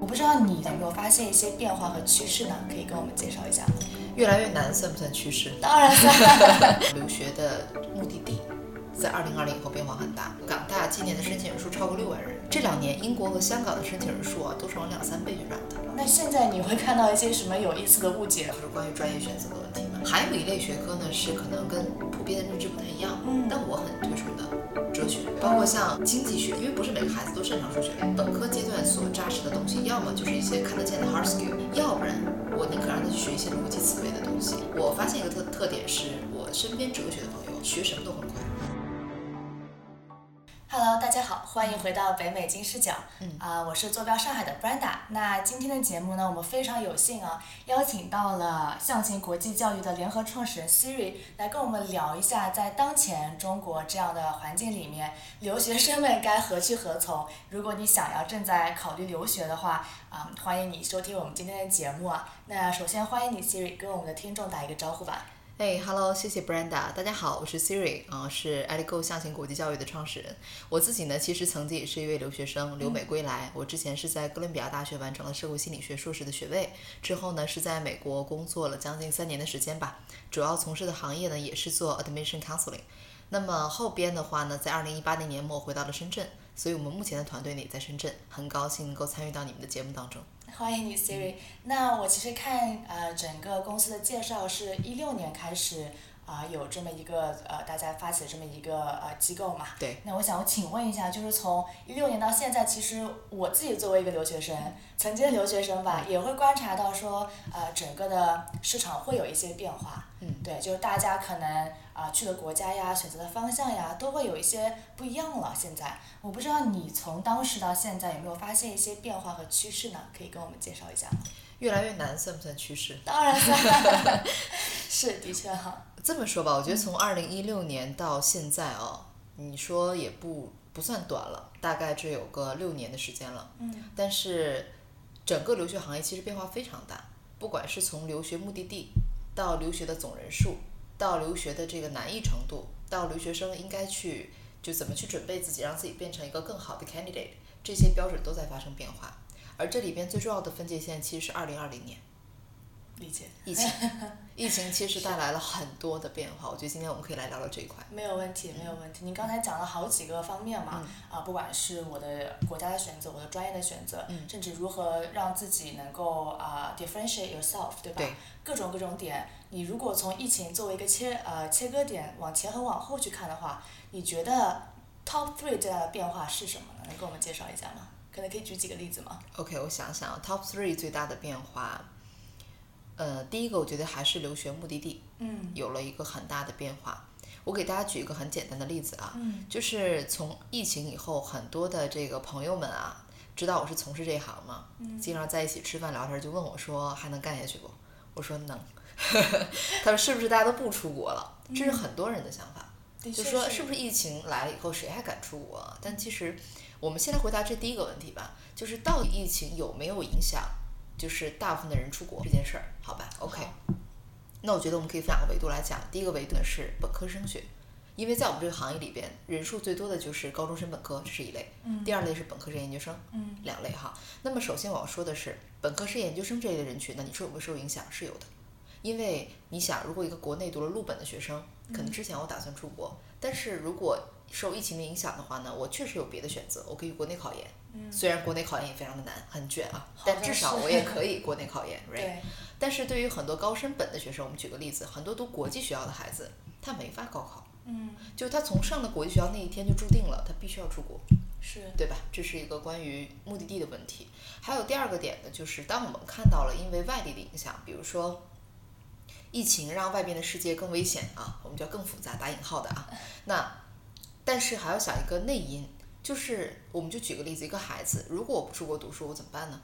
我不知道你有没有发现一些变化和趋势呢？可以跟我们介绍一下吗？越来越难算不算趋势？当然算，留学的目的地。在二零二零以后变化很大，港大今年的申请人数超过六万人。这两年，英国和香港的申请人数啊，都是往两三倍去涨的。 那现在你会看到一些什么有意思的误解就？是关于专业选择的问题嘛。还有一类学科呢，是可能跟普遍的认知不太一样，嗯但我很推崇的哲学，包括像经济学，因为不是每个孩子都擅长数学。本科阶段所扎实的东西，要么就是一些看得见的 hard skill，要不然我宁可让他去学一些逻辑思维的东西。我发现一个特特点是，我身边哲学的朋友学什么都很快。 Hello，大家好，欢迎回到北美金视角。嗯啊、我是坐标上海的 Brenda。那今天的节目呢，我们非常有幸啊，邀请到了象形国际教育的联合创始人 Siri 来跟我们聊一下，在当前中国这样的环境里面，留学生们该何去何从？如果你想要正在考虑留学的话，啊、欢迎你收听我们今天的节目啊。那首先欢迎你 Siri 跟我们的听众打一个招呼吧。哎，Hello，谢谢 Brenda，大家好，我是 Siri，啊、是 Aligo 象形国际教育的创始人。我自己呢，其实曾经也是一位留学生，留美归来。我之前是在哥伦比亚大学完成了社会心理学硕士的学位，之后呢是在美国工作了将近三年的时间吧，主要从事的行业呢也是做 admission counseling。那么后边的话呢，在二零一八年年末回到了深圳，所以我们目前的团队呢也在深圳，很高兴能够参与到你们的节目当中。欢迎你，Siri。那嗯我其实看呃整个公司的介绍是一六年开始啊、有这么一个呃大家发起的这么一个呃机构嘛。对。那我想我请问一下，就是从一六年到现在，其实我自己作为一个留学生，嗯曾经的留学生吧，也会观察到说呃整个的市场会有一些变化。嗯。对，就是大家可能啊、去的国家呀、选择的方向呀，都会有一些不一样了。现在我不知道你从当时到现在有没有发现一些变化和趋势呢？可以跟我们介绍一下吗？越来越难算不算趋势？当然了， 是的确哈，这么说吧，我觉得从二零一六年到现在哦，你说也不不算短了，大概这有个六年的时间了。嗯，但是整个留学行业其实变化非常大，不管是从留学目的地到留学的总人数，到留学的这个难易程度，到留学生应该去就怎么去准备自己，让自己变成一个更好的 candidate，这些标准都在发生变化。而这里边最重要的分界线其实是二零二零年。理解，疫情，疫情其实带来了很多的变化。我觉得今天我们可以来聊聊这一块。没有问题，没有问题。您刚才讲了好几个方面嗯嘛，啊，不管是我的国家的选择，我的专业的选择，嗯甚至如何让自己能够啊、differentiate yourself，对吧？对各种各种点，你如果从疫情作为一个切呃切割点往前和往后去看的话，你觉得 top three 最大的变化是什么呢？能给我们介绍一下吗？可能可以举几个例子吗？ OK，我想想啊，Top three 最大的变化，呃，第一个我觉得还是留学目的地嗯有了一个很大的变化。我给大家举一个很简单的例子啊，嗯就是从疫情以后，很多的这个朋友们啊，知道我是从事这一行嘛，嗯经常在一起吃饭聊天，就问我说还能干下去不？我说能。 他说是不是大家都不出国了？这是很多人的想法。的就确说是不是疫情来了以后谁还敢出国啊？但其实我们先来回答这第一个问题吧，就是到底疫情有没有影响，就是大部分的人出国这件事儿，好吧？OK，好那我觉得我们可以分两个维度来讲，第一个维度呢是本科升学，因为在我们这个行业里边，人数最多的就是高中生本科，这是一类；嗯第二类是本科生研究生，嗯两类哈。那么首先我要说的是，本科生、研究生这一类人群，那你说有没有受影响？是有的，因为你想，如果一个国内读了陆本的学生，可嗯能之前我打算出国，但是如果受疫情的影响的话呢，我确实有别的选择，我可以国内考研，嗯虽然国内考研也非常的难，很卷啊，好但像至少是我也可以国内考 研，right？对，但是对于很多高升本的学生，我们举个例子，很多读国际学校的孩子，他没法高考，嗯就他从上了国际学校那一天就注定了他必须要出国。是对吧？这是一个关于目的地的问题。还有第二个点呢，就是当我们看到了因为外力的影响，比如说疫情让外边的世界更危险啊，我们叫更复杂打引号的啊。那但是还要想一个内因，就是我们就举个例子，一个孩子如果我不出国读书，我怎么办呢？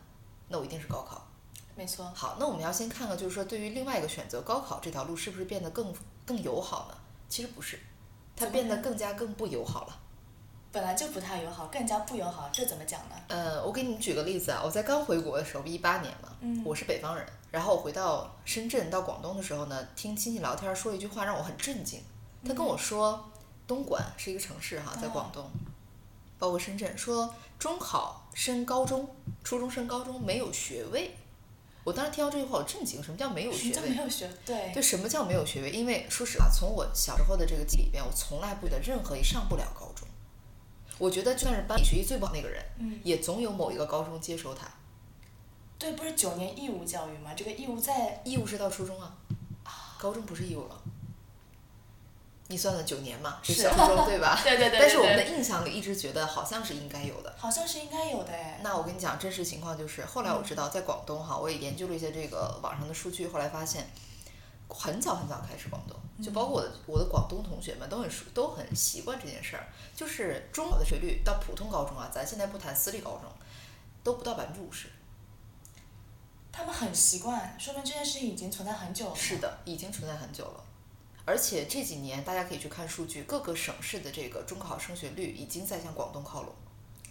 那我一定是高考。没错，好，那我们要先看看，就是说对于另外一个选择高考这条路，是不是变得更更友好呢？其实不是，它怎么变得呢更加更不友好了。本来就不太友好，更加不友好，这怎么讲呢？呃，我给你们举个例子啊，我在刚回国的时候，一八年嘛，嗯我是北方人，然后我回到深圳到广东的时候呢，听亲戚聊天说一句话让我很震惊，他跟我说，东莞是一个城市哈，在嗯哦广东，包括深圳，说中考升高中初中升高中没有学位。我当时听到这句话，我震惊，什么叫没有什学么叫位没？有学对对，什么叫没有学位？因为说实话，从我小时候的这个记忆里边，我从来不觉得任何一上不了高中。我觉得就算是班里学习最不好那个人，嗯也总有某一个高中接收他。对，不是九年义务教育吗？这个义务在义务是到初中啊，高中不是义务了。你算算九年嘛，就是小初中对 吧？对对对对但是我们对的印象里一直觉得好像是应该有的。好像是应该有的哎。那我跟你讲，真实情况就是，后来我知道在广东哈，我也研究了一些这个网上的数据，后来发现，很早很早开始广东，就包括我的我的广东同学们都很熟，都很习惯这件事儿，就是中考的学率到普通高中啊，咱现在不谈私立高中，都不到百分之五十。他们很习惯，说明这件事情已经存在很久了。是的，已经存在很久了。而且这几年大家可以去看数据，各个省市的这个中考升学率已经在向广东靠拢。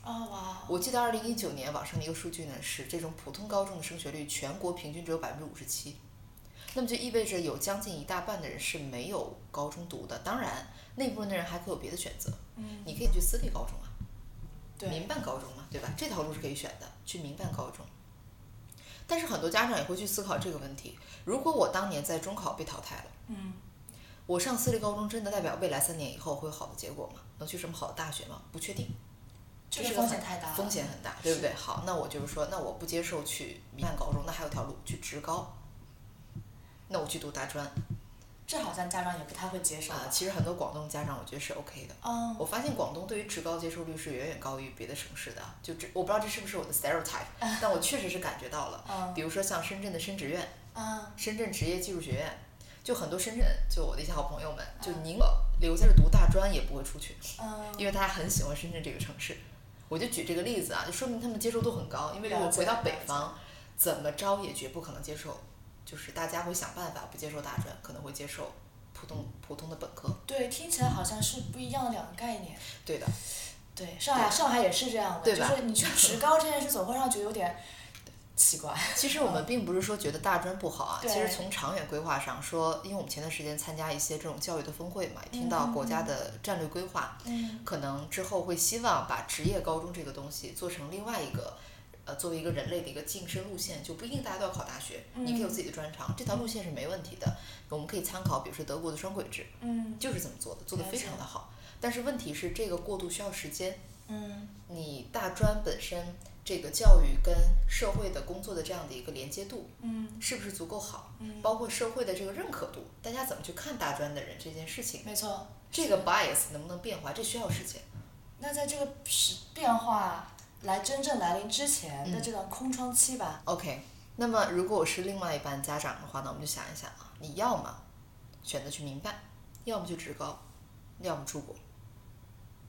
哦哇，我记得二零一九年网上的一个数据呢是，这种普通高中的升学率全国平均只有百分之五十七，那么就意味着有将近一大半的人是没有高中读的。当然，那部分的人还可以有别的选择，嗯，你可以去私立高中啊，对民办高中嘛，对吧？这条路是可以选的，去民办高中。但是很多家长也会去思考这个问题：如果我当年在中考被淘汰了，嗯，我上私立高中真的代表未来三年以后会有好的结果吗？能去什么好的大学吗？不确定，这这个是个风险太大了。风险很大，对不对？好，那我就是说，那我不接受去民办高中，那还有条路去职高，那我去读大专这好像家长也不太会接受啊。吧？其实很多广东家长，我觉得是 OK 的。嗯，我发现广东对于职高接受率是远远高于别的省市的，就这我不知道这是不是我的 stereotype，但我确实是感觉到了。嗯比如说像深圳的深职院、嗯，深圳职业技术学院，就很多深圳就我的一些好朋友们，就宁可留在这读大专也不会出去。嗯，因为大家很喜欢深圳这个城市。我就举这个例子啊，就说明他们接受度很高。因为如果了解回到北了解方，怎么着也绝不可能接受，就是大家会想办法不接受大专，可能会接受普嗯通普通的本科。对，听起来好像是不一样的两个概念。对的，对，上海上海也是这样的，对就吧是你去职高这件事总会让觉得有点奇怪。其实我们并不是说觉得大专不好啊，对其实从长远规划上说，因为我们前段时间参加一些这种教育的峰会嘛，也听到国家的战略规划，嗯可能之后会希望把职业高中这个东西做成另外一个，呃，作为一个人类的一个晋升路线，就不一定大家都要考大学，你可以有自己的专长，这条路线是没问题的。我们可以参考，比如说德国的双轨制嗯就是这么做的，做的了非解常的好。但是问题是，这个过渡需要时间。嗯，你大专本身这个教育跟社会的工作的这样的一个连接度，嗯是不是足够好？嗯，包括社会的这个认可度，大家怎么去看大专的人这件事情，没错。这个 bias 能不能变化，这需要时间。那在这个时变化来真正来临之嗯前的这段空窗期吧， OK，那么如果我是另外一半家长的话呢，我们就想一想啊，你要么选择去民办，要么去职高，要么出国，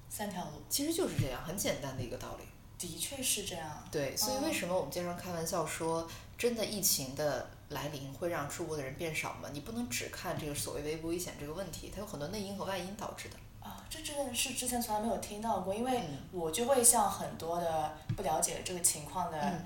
三条路其实就是这样，很简单的一个道理。的确是这样。对，所以哦为什么我们经常开玩笑说，真的疫情的来临会让出国的人变少吗？你不能只看这个所谓危不危险这个问题，它有很多内因和外因导致的。啊、这真的是之前从来没有听到过，因为嗯我就会向很多的不了解这个情况的，嗯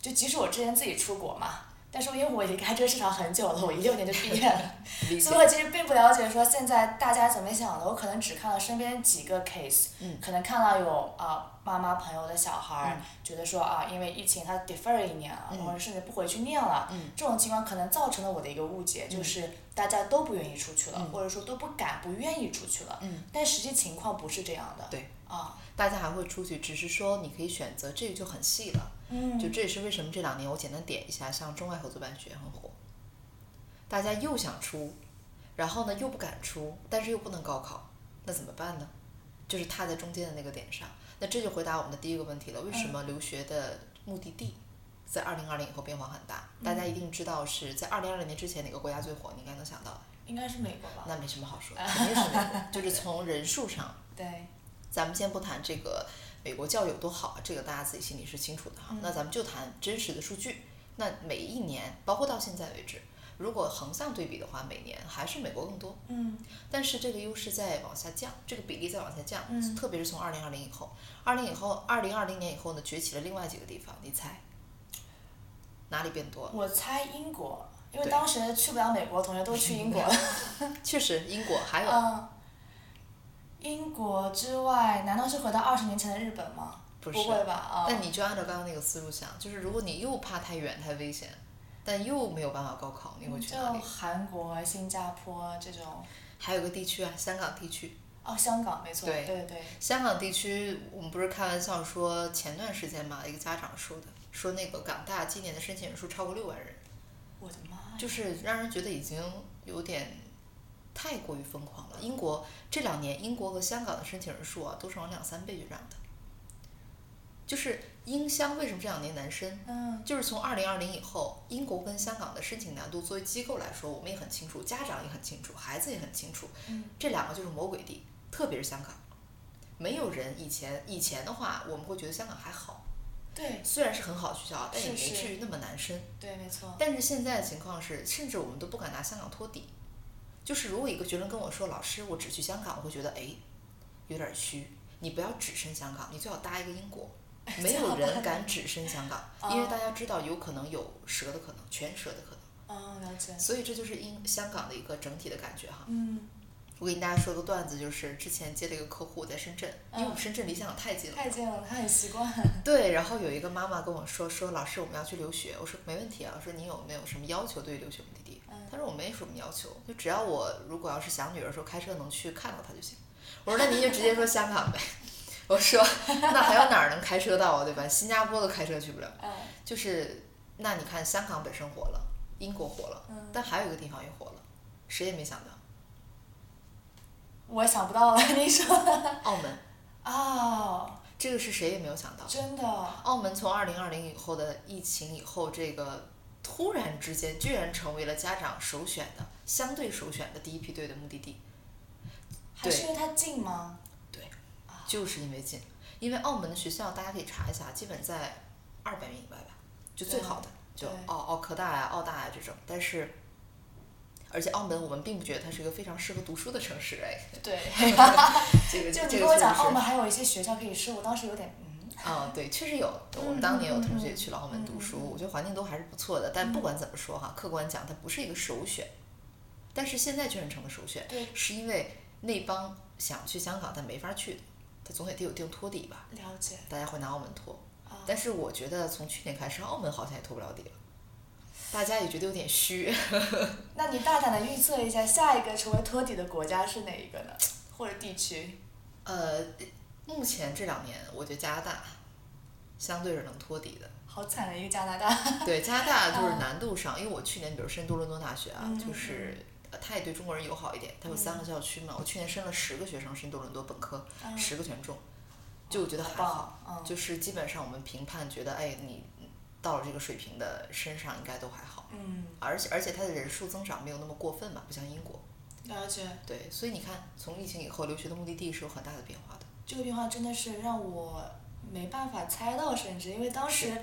就即使我之前自己出国嘛，但是因为我离开这个市场很久了，我一六年就毕业了，理所以我其实并不了解说现在大家怎么想的，我可能只看了身边几个 case，、嗯可能看到有啊、妈妈朋友的小孩儿、嗯觉得说啊，因为疫情他 defer 了一年啊，嗯或者甚至不回去念了，嗯这种情况可能造成了我的一个误解，就是大家都不愿意出去了，嗯或者说都不敢不愿意出去了，嗯但实际情况不是这样的，对啊，大家还会出去，只是说你可以选择，这个就很细了。嗯就这也是为什么这两年我简单点一下，像中外合作办学很火，大家又想出，然后呢又不敢出，但是又不能高考，那怎么办呢？就是踏在中间的那个点上，那这就回答我们的第一个问题了，为什么留学的目的地在二零二零以后变化很大？大家一定知道是在二零二零年之前哪个国家最火，你应该能想到，应该是美国吧，那没什么好说，肯定是美国，就是从人数上对，咱们先不谈这个美国教育有多好，这个大家自己心里是清楚的哈。嗯那咱们就谈真实的数据。那每一年，包括到现在为止，如果横向对比的话，每年还是美国更多，嗯但是这个优势在往下降，这个比例在往下降。嗯特别是从二零二零以后，二零以后，二零二零年以后呢，崛起了另外几个地方，你猜哪里变多了？我猜英国，因为对当时去不了美国，同学都去英国了。确实，英国还有嗯，英国之外，难道是回到二十年前的日本吗？不是不会吧？啊、但你就按照刚刚那个思路想，就是如果你又怕太远太危险，但又没有办法高考，你会去嗯就哪里？韩国、哎新加坡这种，还有个地区啊，香港地区。哦，香港没错，对对对，香港地区，我们不是开玩笑说前段时间嘛，一个家长说的，说那个港大今年的申请人数超过六万人，我的妈呀！就是让人觉得已经有点太过于疯狂了。英国这两年，英国和香港的申请人数啊，都是往两三倍去涨的。就是英香为什么这两年难申？嗯，就是从二零二零以后，英国跟香港的申请难度，作为机构来说，我们也很清楚，家长也很清楚，孩子也很清楚，嗯这两个就是魔鬼地，特别是香港，没有人以前以前的话，我们会觉得香港还好，对虽然是很好的学校，啊但也没是是至于那么难申。对，没错，但是现在的情况是，甚至我们都不敢拿香港托底，就是如果一个学生跟我说，老师，我只去香港，我会觉得哎，有点虚，你不要只申香港，你最好搭一个英国。 没有人敢只申香哦港，因为大家知道有可能有折的可能，全折的可能，嗯，了解，所以这就是英香港的一个整体的感觉哈。嗯，我给大家说个段子，就是之前接了一个客户在深圳，因为我们深圳离香港太近了。太近了，他很习惯，对，然后有一个妈妈跟我说，说老师我们要去留学，我说没问题啊，我说你有没有什么要求对于留学目的地？嗯她说我没什么要求，就只要我如果要是想女儿的时候开车能去看到她就行。我说那您就直接说香港呗。 我说那还有哪儿能开车到啊，对吧？新加坡都开车去不了。嗯就是那你看香港本身火了，英国火了，嗯，但还有一个地方也火了，谁也没想到，我想不到了，你说，澳门，哦，这个是谁也没有想到。真的，澳门从二零二零以后的疫情以后，这个突然之间居然成为了家长首选的、相对首选的第一批队的目的地，还是因为他近吗？啊就是因为近，因为澳门的学校大家可以查一下，基本在二百米以外吧，就最好的就对澳澳科大呀、澳大呀这种，但是。而且澳门，我们并不觉得它是一个非常适合读书的城市，哎，对，这个就这你个跟我确讲实是澳门还有一些学校可以吃，我当时有点，嗯，啊，对，确实有。我嗯们当年有嗯同学嗯也去了澳门嗯读嗯书，嗯我觉得环境都还是不错的。但不管怎么说哈，客观讲，它不是一个首选。但是现在居然成了首选，对，是因为那帮想去香港但没法去的，他总得得有地方托底吧？了解，大家会拿澳门托。啊，但是我觉得从去年开始，澳门好像也托不了底了，大家也觉得有点虚。那你大胆的预测一下，下一个成为托底的国家是哪一个呢？或者地区？呃，目前这两年，我觉得加拿大相对是能托底的。好惨啊的一个加拿大，对加拿大就是难度上，因为我去年比如申多伦多大学啊，嗯就是呃它也对中国人友好一点，它有三个校区嘛。我去年申了十个学生申多伦多本科，嗯十个全中，就我觉得还好。棒，嗯，就是基本上我们评判觉得，哎，你到了这个水平的身上应该都还好，嗯，而且而且它的人数增长没有那么过分吧，不像英国。了解。对，所以你看，从疫情以后，留学的目的地是有很大的变化的。这个变化真的是让我没办法猜到，甚至因为当时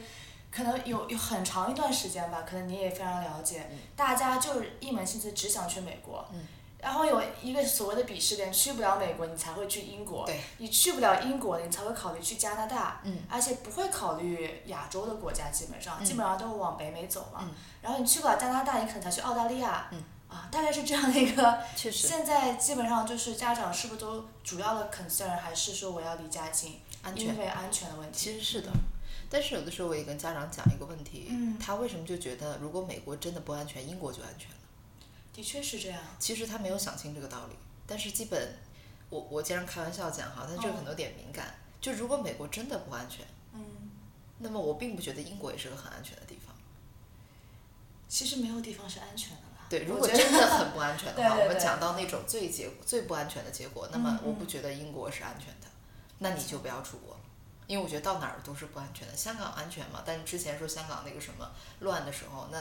可能有有很长一段时间吧，可能你也非常了解，嗯大家就是一门心思只想去美国。嗯然后有一个所谓的鄙视链，去不了美国，你才会去英国；对你去不了英国，你才会考虑去加拿大。嗯而且不会考虑亚洲的国家，基本上、嗯基本上都往北美走嘛。嗯然后你去不了加拿大，你可能才去澳大利亚。嗯啊，大概是这样的一个确 实，现在基本上就是家长是不是都主要的 concern 还是说我要离家近，安全因为嗯安全的问题。其实是的，但是有的时候我也跟家长讲一个问题，嗯他为什么就觉得如果美国真的不安全，英国就安全了？的确是这样。其实他没嗯有想清这个道理。但是基本，我我经常开玩笑讲哈，但这个可哦能有点敏感。就如果美国真的不安全，嗯，那么我并不觉得英国也是个很安全的地方。其实没有地方是安全的啦。对，如我果觉得真的很不安全 的话，对对我们对讲到那种最结最不安全的结果，那么嗯嗯我不觉得英国是安全的，那你就不要出国了。因为我觉得到哪儿都是不安全的，香港安全嘛，但是之前说香港那个什么乱的时候，那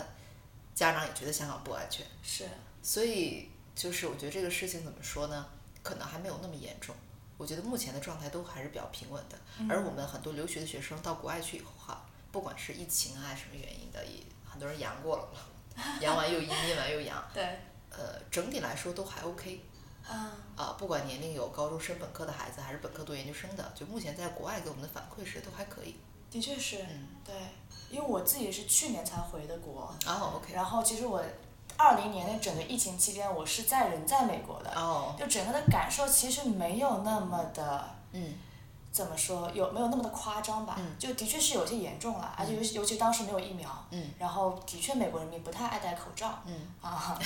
家长也觉得香港不安全，是，所以就是我觉得这个事情怎么说呢，可能还没有那么严重。我觉得目前的状态都还是比较平稳的，而我们很多留学的学生到国外去以后哈，不管是疫情啊还是什么原因的，也很多人阳过了嘛，阳完又阴，阴完又阳，对，呃，整体来说都还 OK 嗯，啊、不管年龄有高中升本科的孩子，还是本科读研究生的，就目前在国外给我们的反馈是都还可以。的确是，嗯，对，因为我自己是去年才回的国，哦，OK，然后其实我二零年的整个疫情期间，我是在人在美国的，哦，就整个的感受其实没有那么的嗯，怎么说有没有那么的夸张吧？就的确是有些严重了，而且尤其尤其当时没有疫苗，嗯然后的确美国人民不太爱戴口罩，嗯啊，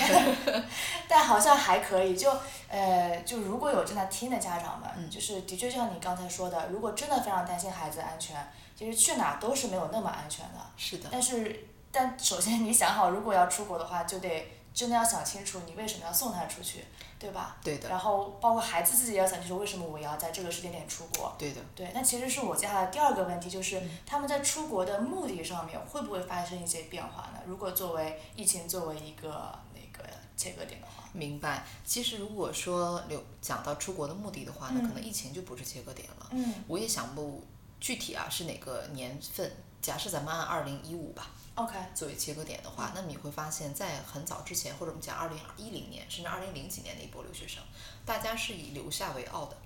但好像还可以，就呃，就如果有正在听的家长们，就是的确就像你刚才说的，如果真的非常担心孩子安全，其实去哪都是没有那么安全的。是的，但是，但首先你想好，如果要出国的话，就得真的要想清楚你为什么要送他出去，对吧？对的，然后包括孩子自己也要想清楚，为什么我要在这个时间点出国。对的，对，那其实是我接下来第二个问题，就是嗯他们在出国的目的上面会不会发生一些变化呢？如果作为疫情作为一个那个切割点的话，明白。其实如果说留讲到出国的目的的话，那嗯可能疫情就不是切割点了。嗯我也想不具体啊是哪个年份，假设咱们按二零一五吧，OK，作为切割点的话，那你会发现在很早之前，或者我们讲二零一零年甚至二零零几年的一波留学生，大家是以留下为傲的，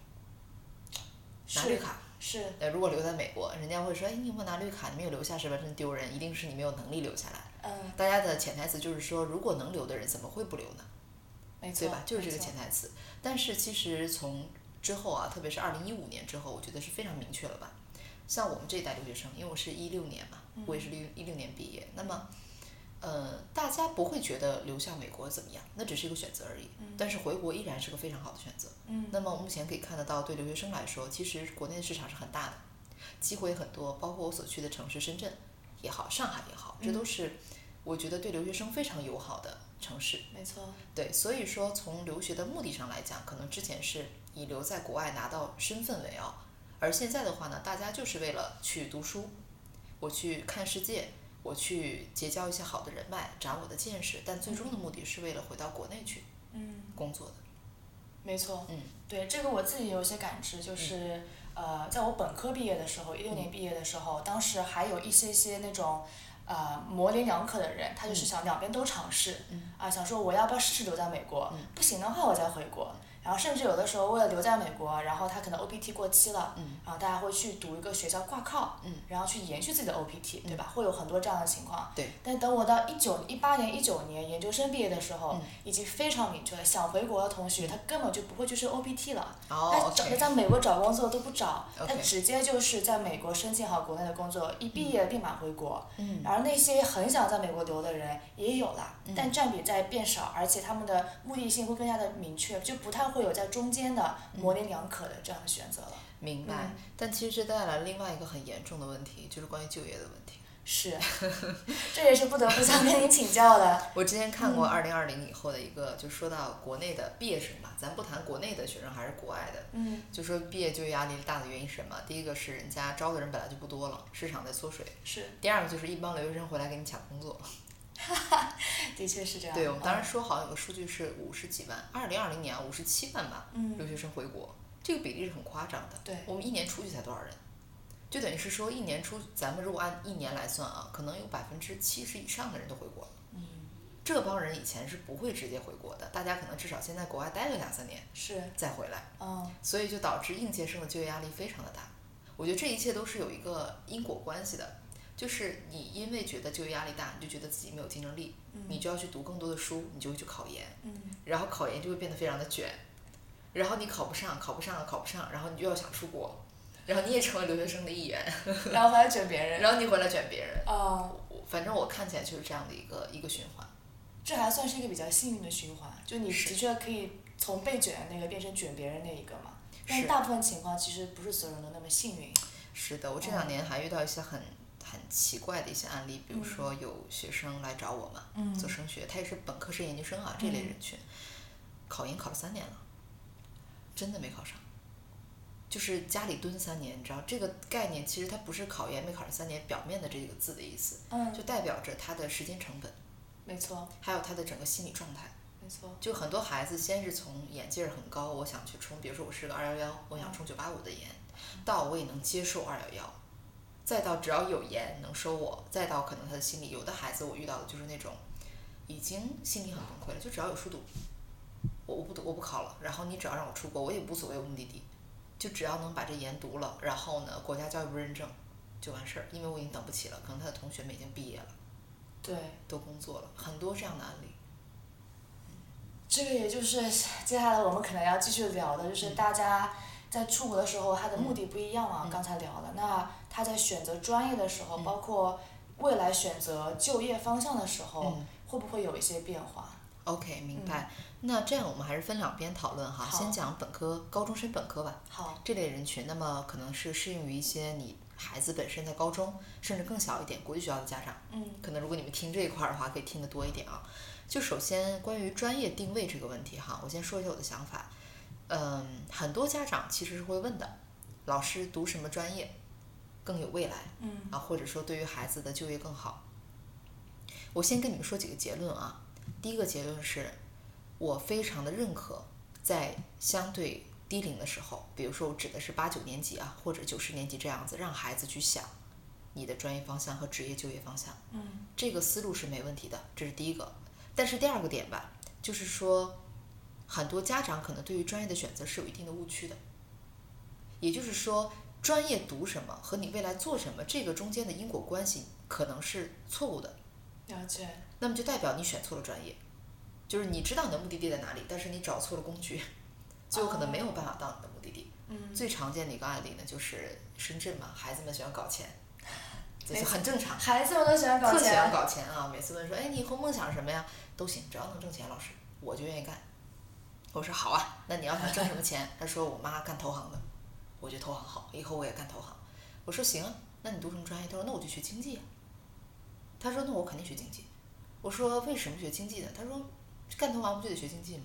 拿绿是卡。是，呃，如果留在美国，人家会说，哎，你有没有拿绿卡？你没有留下，是不是真丢人？一定是你没有能力留下来。嗯，大家的潜台词就是说，如果能留的人，怎么会不留呢？没错，对吧？就是这个没错潜台词。但是其实从之后啊，特别是二零一五年之后，我觉得是非常明确了吧。像我们这一代留学生，因为我是一六年嘛，我也是六嗯一六年毕业，那么，呃，大家不会觉得留下美国怎么样，那只是一个选择而已。但是回国依然是个非常好的选择。嗯那么目前可以看得到，对留学生来说，其实国内的市场是很大的，机会很多，包括我所去的城市深圳也好，上海也好，这嗯都是我觉得对留学生非常友好的城市。没错，对，所以说从留学的目的上来讲，可能之前是以留在国外拿到身份为傲，而现在的话呢，大家就是为了去读书，我去看世界，我去结交一些好的人脉，长我的见识，但最终的目的是为了回到国内去嗯。工作的。没错，嗯，对这个我自己有一些感知，就是、呃，在我本科毕业的时候，一六嗯年毕业的时候，当时还有一些些那种。呃，模棱两可的人，他就是想两边都尝试，嗯啊，想说我要不要试试留在美国，嗯不行的话我再回国。然后甚至有的时候为了留在美国，然后他可能 OPT 过期了，嗯然后啊大家会去读一个学校挂靠，嗯然后去延续自己的 OPT，、嗯对吧？会有很多这样的情况。对。但等我到一九一八年、一九年研究生毕业的时候，嗯已经非常明确了，想回国的同学他根本就不会去申 OPT 了，哦他找他，OK，在美国找工作都不找，他 OK 直接就是在美国申请好国内的工作，一毕业立马回国。嗯而那些很想在美国留的人也有啦，但占比在变少，而且他们的目的性会更加的明确，就不太会有在中间的嗯模棱两可的这样的选择了。明白。但其实这带来了另外一个很严重的问题，就是关于就业的问题。是， 这也是不得不想跟您请教的。我之前看过二零二零以后的一个，就说到国内的毕业生吧，咱不谈国内的学生还是国外的，嗯就说毕业就业压力大的原因是什么？第一个是人家招的人本来就不多了，市场在缩水；是，第二个就是一帮留学生回来给你抢工作。的确是这样。对我们当嗯时说好像有个数据是五十几万，二零二零年五十七万吧，嗯留学生回国，这个比例是很夸张的。对我们一年出去才多少人？就等于是说一年出，咱们如果按一年来算啊，可能有百分之七十以上的人都回国了。嗯这帮人以前是不会直接回国的，大家可能至少先在国外待个两三年是，再回来，嗯所以就导致应届生的就业压力非常的大。我觉得这一切都是有一个因果关系的，就是你因为觉得就业压力大，你就觉得自己没有竞争力，嗯你就要去读更多的书，你就会去考研，嗯然后考研就会变得非常的卷，然后你考不上，考不上，考不上，然后你又要想出国，然后你也成为留学生的一员，然后还要卷别人。然后你回来卷别人，哦，我反正我看起来就是这样的一个一个循环。这还算是一个比较幸运的循环，就你是的确可以从被卷的那个变成卷别人那一个嘛。但是大部分情况其实不是所有人都那么幸运。是的，我这两年还遇到一些很很奇怪的一些案例，比如说有学生来找我嘛，嗯做升学，他也是本科生、研究生啊这类人群，考研考了三年了，真的没考上，就是家里蹲三年，你知道这个概念其实它不是考研没考上三年表面的这个字的意思，嗯，就代表着他的时间成本，没错，还有他的整个心理状态。没错，就很多孩子先是从眼界儿很高，我想去冲，比如说我是个二幺幺，我想冲九八五的研，到我也能接受二幺幺，再到只要有研能收我，再到可能他的心理，有的孩子我遇到的就是那种已经心理很崩溃了，就只要有书读，我我不读我不考了，然后你只要让我出国，我也无所谓目的地，就只要能把这研读了，然后呢国家教育部认证就完事儿，因为我已经等不起了，可能他的同学们已经毕业了，对，都工作了，很多这样的案例。嗯这个也就是接下来我们可能要继续聊的，就是大家在出国的时候，他的目的不一样嘛，刚才聊了。那他在选择专业的时嗯候，包括未来选择就业方向的时候，嗯会不会有一些变化？ OK，明白。那这样我们还是分两边讨论哈，好先讲本科高中生本科吧好，这类人群，那么可能是适用于一些你孩子本身在高中甚至更小一点国际学校的家长。嗯可能如果你们听这一块儿的话，可以听得多一点啊。就首先关于专业定位这个问题哈，我先说一下我的想法。嗯，很多家长其实是会问的，老师读什么专业更有未来嗯啊，或者说对于孩子的就业更好。我先跟你们说几个结论啊。第一个结论是，我非常的认可，在相对低龄的时候，比如说我指的是八九年级啊，或者九十年级这样子，让孩子去想你的专业方向和职业就业方向。嗯这个思路是没问题的，这是第一个。但是第二个点吧，就是说，很多家长可能对于专业的选择是有一定的误区的，也就是说，专业读什么和你未来做什么这个中间的因果关系可能是错误的，了解。那么就代表你选错了专业，就是你知道你的目的地在哪里，但是你找错了工具，最后可能没有办法到你的目的地。嗯，最常见的一个案例呢，就是深圳嘛，孩子们喜欢搞钱，这就没错很正常。孩子们都喜欢搞特喜欢钱。搞钱啊！每次问说，哎，你以后梦想是什么呀？都行，只要能挣钱，老师我就愿意干。我说好啊，那你要想挣什么钱？他说我妈干投行的，我觉得投行好，以后我也干投行。我说行啊，那你读什么专业？他说那我就学经济啊。他说那我肯定学经济。我说为什么学经济呢？他说干投行不就得学经济吗？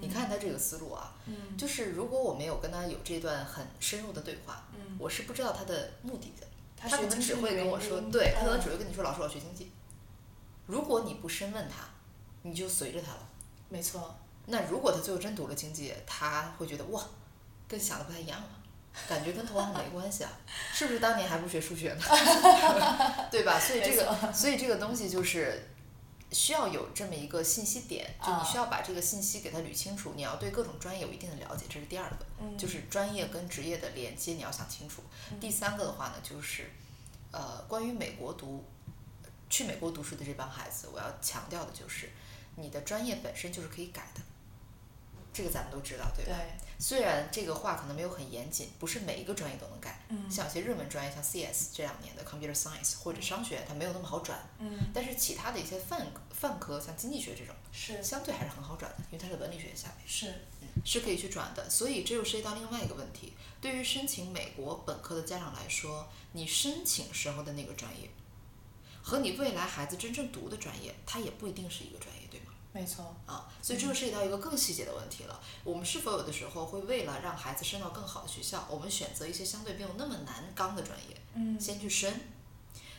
你看他这个思路啊，嗯就是如果我没有跟他有这段很深入的对话，嗯，我是不知道他的目的的。他他可学能经济只会的跟我原说，因对他可能嗯只会跟你说，老师我要学经济。如果你不深问他，你就随着他了。嗯没错，那如果他最后真读了经济，他会觉得哇，跟想的不太一样了，感觉跟投行没关系啊，是不是当年还不学数学呢？ 对吧？所以这个，所以这个东西就是需要有这么一个信息点，就你啊需要把这个信息给他捋清楚，你要对各种专业有一定的了解，这是第二个。嗯，就是专业跟职业的连接，你要想清楚。嗯第三个的话呢，就是呃，关于美国读去美国读书的这帮孩子，我要强调的就是，你的专业本身就是可以改的，这个咱们都知道，对吧？对，虽然这个话可能没有很严谨，不是每一个专业都能改，嗯像有些热门专业，像 CS 这两年的 Computer Science 或者商学，它没有那么好转，嗯但是其他的一些泛泛科，像经济学这种，是相对还是很好转的，因为它是文理学下面。是是可以去转的。所以这又涉及到另外一个问题，对于申请美国本科的家长来说，你申请时候的那个专业，和你未来孩子真正读的专业，它也不一定是一个专业，对吗？没错，啊，所以这又涉及到一个更细节的问题了。我们是否有的时候会为了让孩子升到更好的学校，我们选择一些相对没有那么难刚的专业，嗯先去申，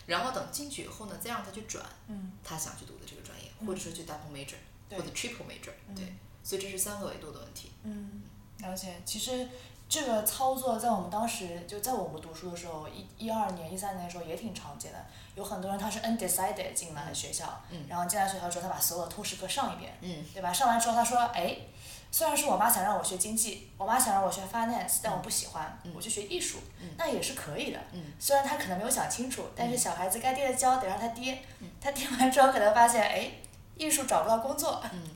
然后等进去以后呢，再让他去转嗯他想去读的这个专业，嗯或者说去 double major 对或者 triple major，嗯对，所以这是三个维度的问题。嗯，了解。其实这个操作在我们当时就在我们读书的时候，一一二年、一三年的时候也挺常见的。有很多人他是 undecided 进来学校，嗯然后进来学校之后，他把所有的通识课上一遍，嗯，对吧？上完之后他说，哎，虽然是我妈想让我学经济，我妈想让我学 finance，但我不喜欢，我就学艺术，那也是可以的。嗯虽然他可能没有想清楚，但是小孩子该跌的跤得让他跌，嗯他跌完之后可能发现，哎，艺术找不到工作，嗯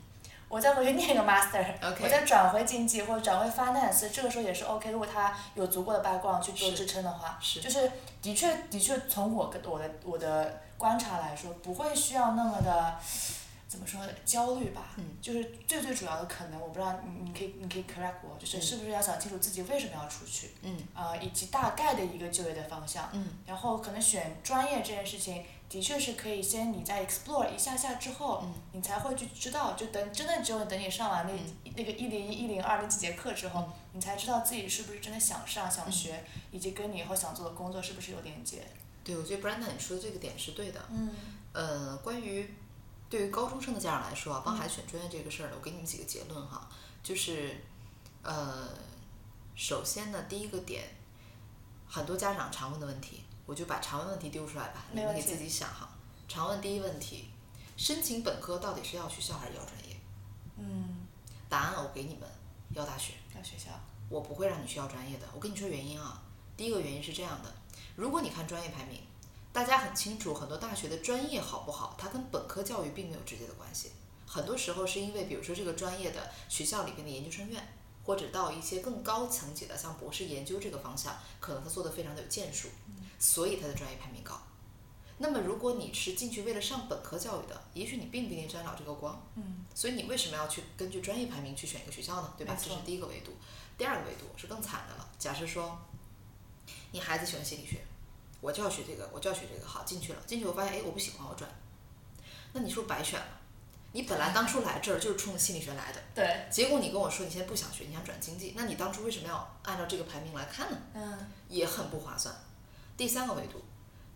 我再回去念个 master，、 OK 我再转回经济或者转回 finance，这个时候也是 OK。如果他有足够的 background 去做是支撑的话，是就是的确的确从我跟我的我的观察来说，不会需要那么的怎么说焦虑吧？嗯就是最最主要的可能，我不知道你你可以你可以 correct 我，就是嗯是不是要想清楚自己为什么要出去，嗯。呃，以及大概的一个就业的方向。嗯然后可能选专业这件事情，的确是可以先你在 explore 一下下之后，嗯你才会去知道，就等真的只有等你上完那、那个一零一、一零二那几节课之后，嗯你才知道自己是不是真的想上、想嗯学，以及跟你以后想做的工作是不是有连接。对，我觉得 Brenda 你说的这个点是对的。嗯呃，关于对于高中生的家长来嗯说啊，帮孩子选专业这个事儿呢，我给你们几个结论哈，就是呃，首先呢，第一个点，很多家长常问的问题，我就把常问问题丢出来吧，你没们问给题自己想哈。常问第一问题，申请本科到底是要学校还是要专业？嗯，答案我给你们，要大学。要学校，我不会让你去要专业的。我跟你说原因啊，第一个原因是这样的：如果你看专业排名，大家很清楚，很多大学的专业好不好，它跟本科教育并没有直接的关系。很多时候是因为，比如说这个专业的学校里边的研究生院，或者到一些更高层级的，像博士研究这个方向，可能他做的非常的有建树，所以他的专业排名高。那么如果你是进去为了上本科教育的，也许你并不一定沾了这个光，嗯，所以你为什么要去根据专业排名去选一个学校呢？对吧？没这错是第一个维度。第二个维度是更惨的了。假设说，你孩子喜欢心理学，我就要学这个，我就要学这个，好进去了，进去我发现哎我不喜欢，我转。那你是不是白选了？你本来当初来这儿就是冲着心理学来的，对，结果你跟我说你现在不想学，你想转经济，那你当初为什么要按照这个排名来看呢？嗯，也很不划算。第三个维度，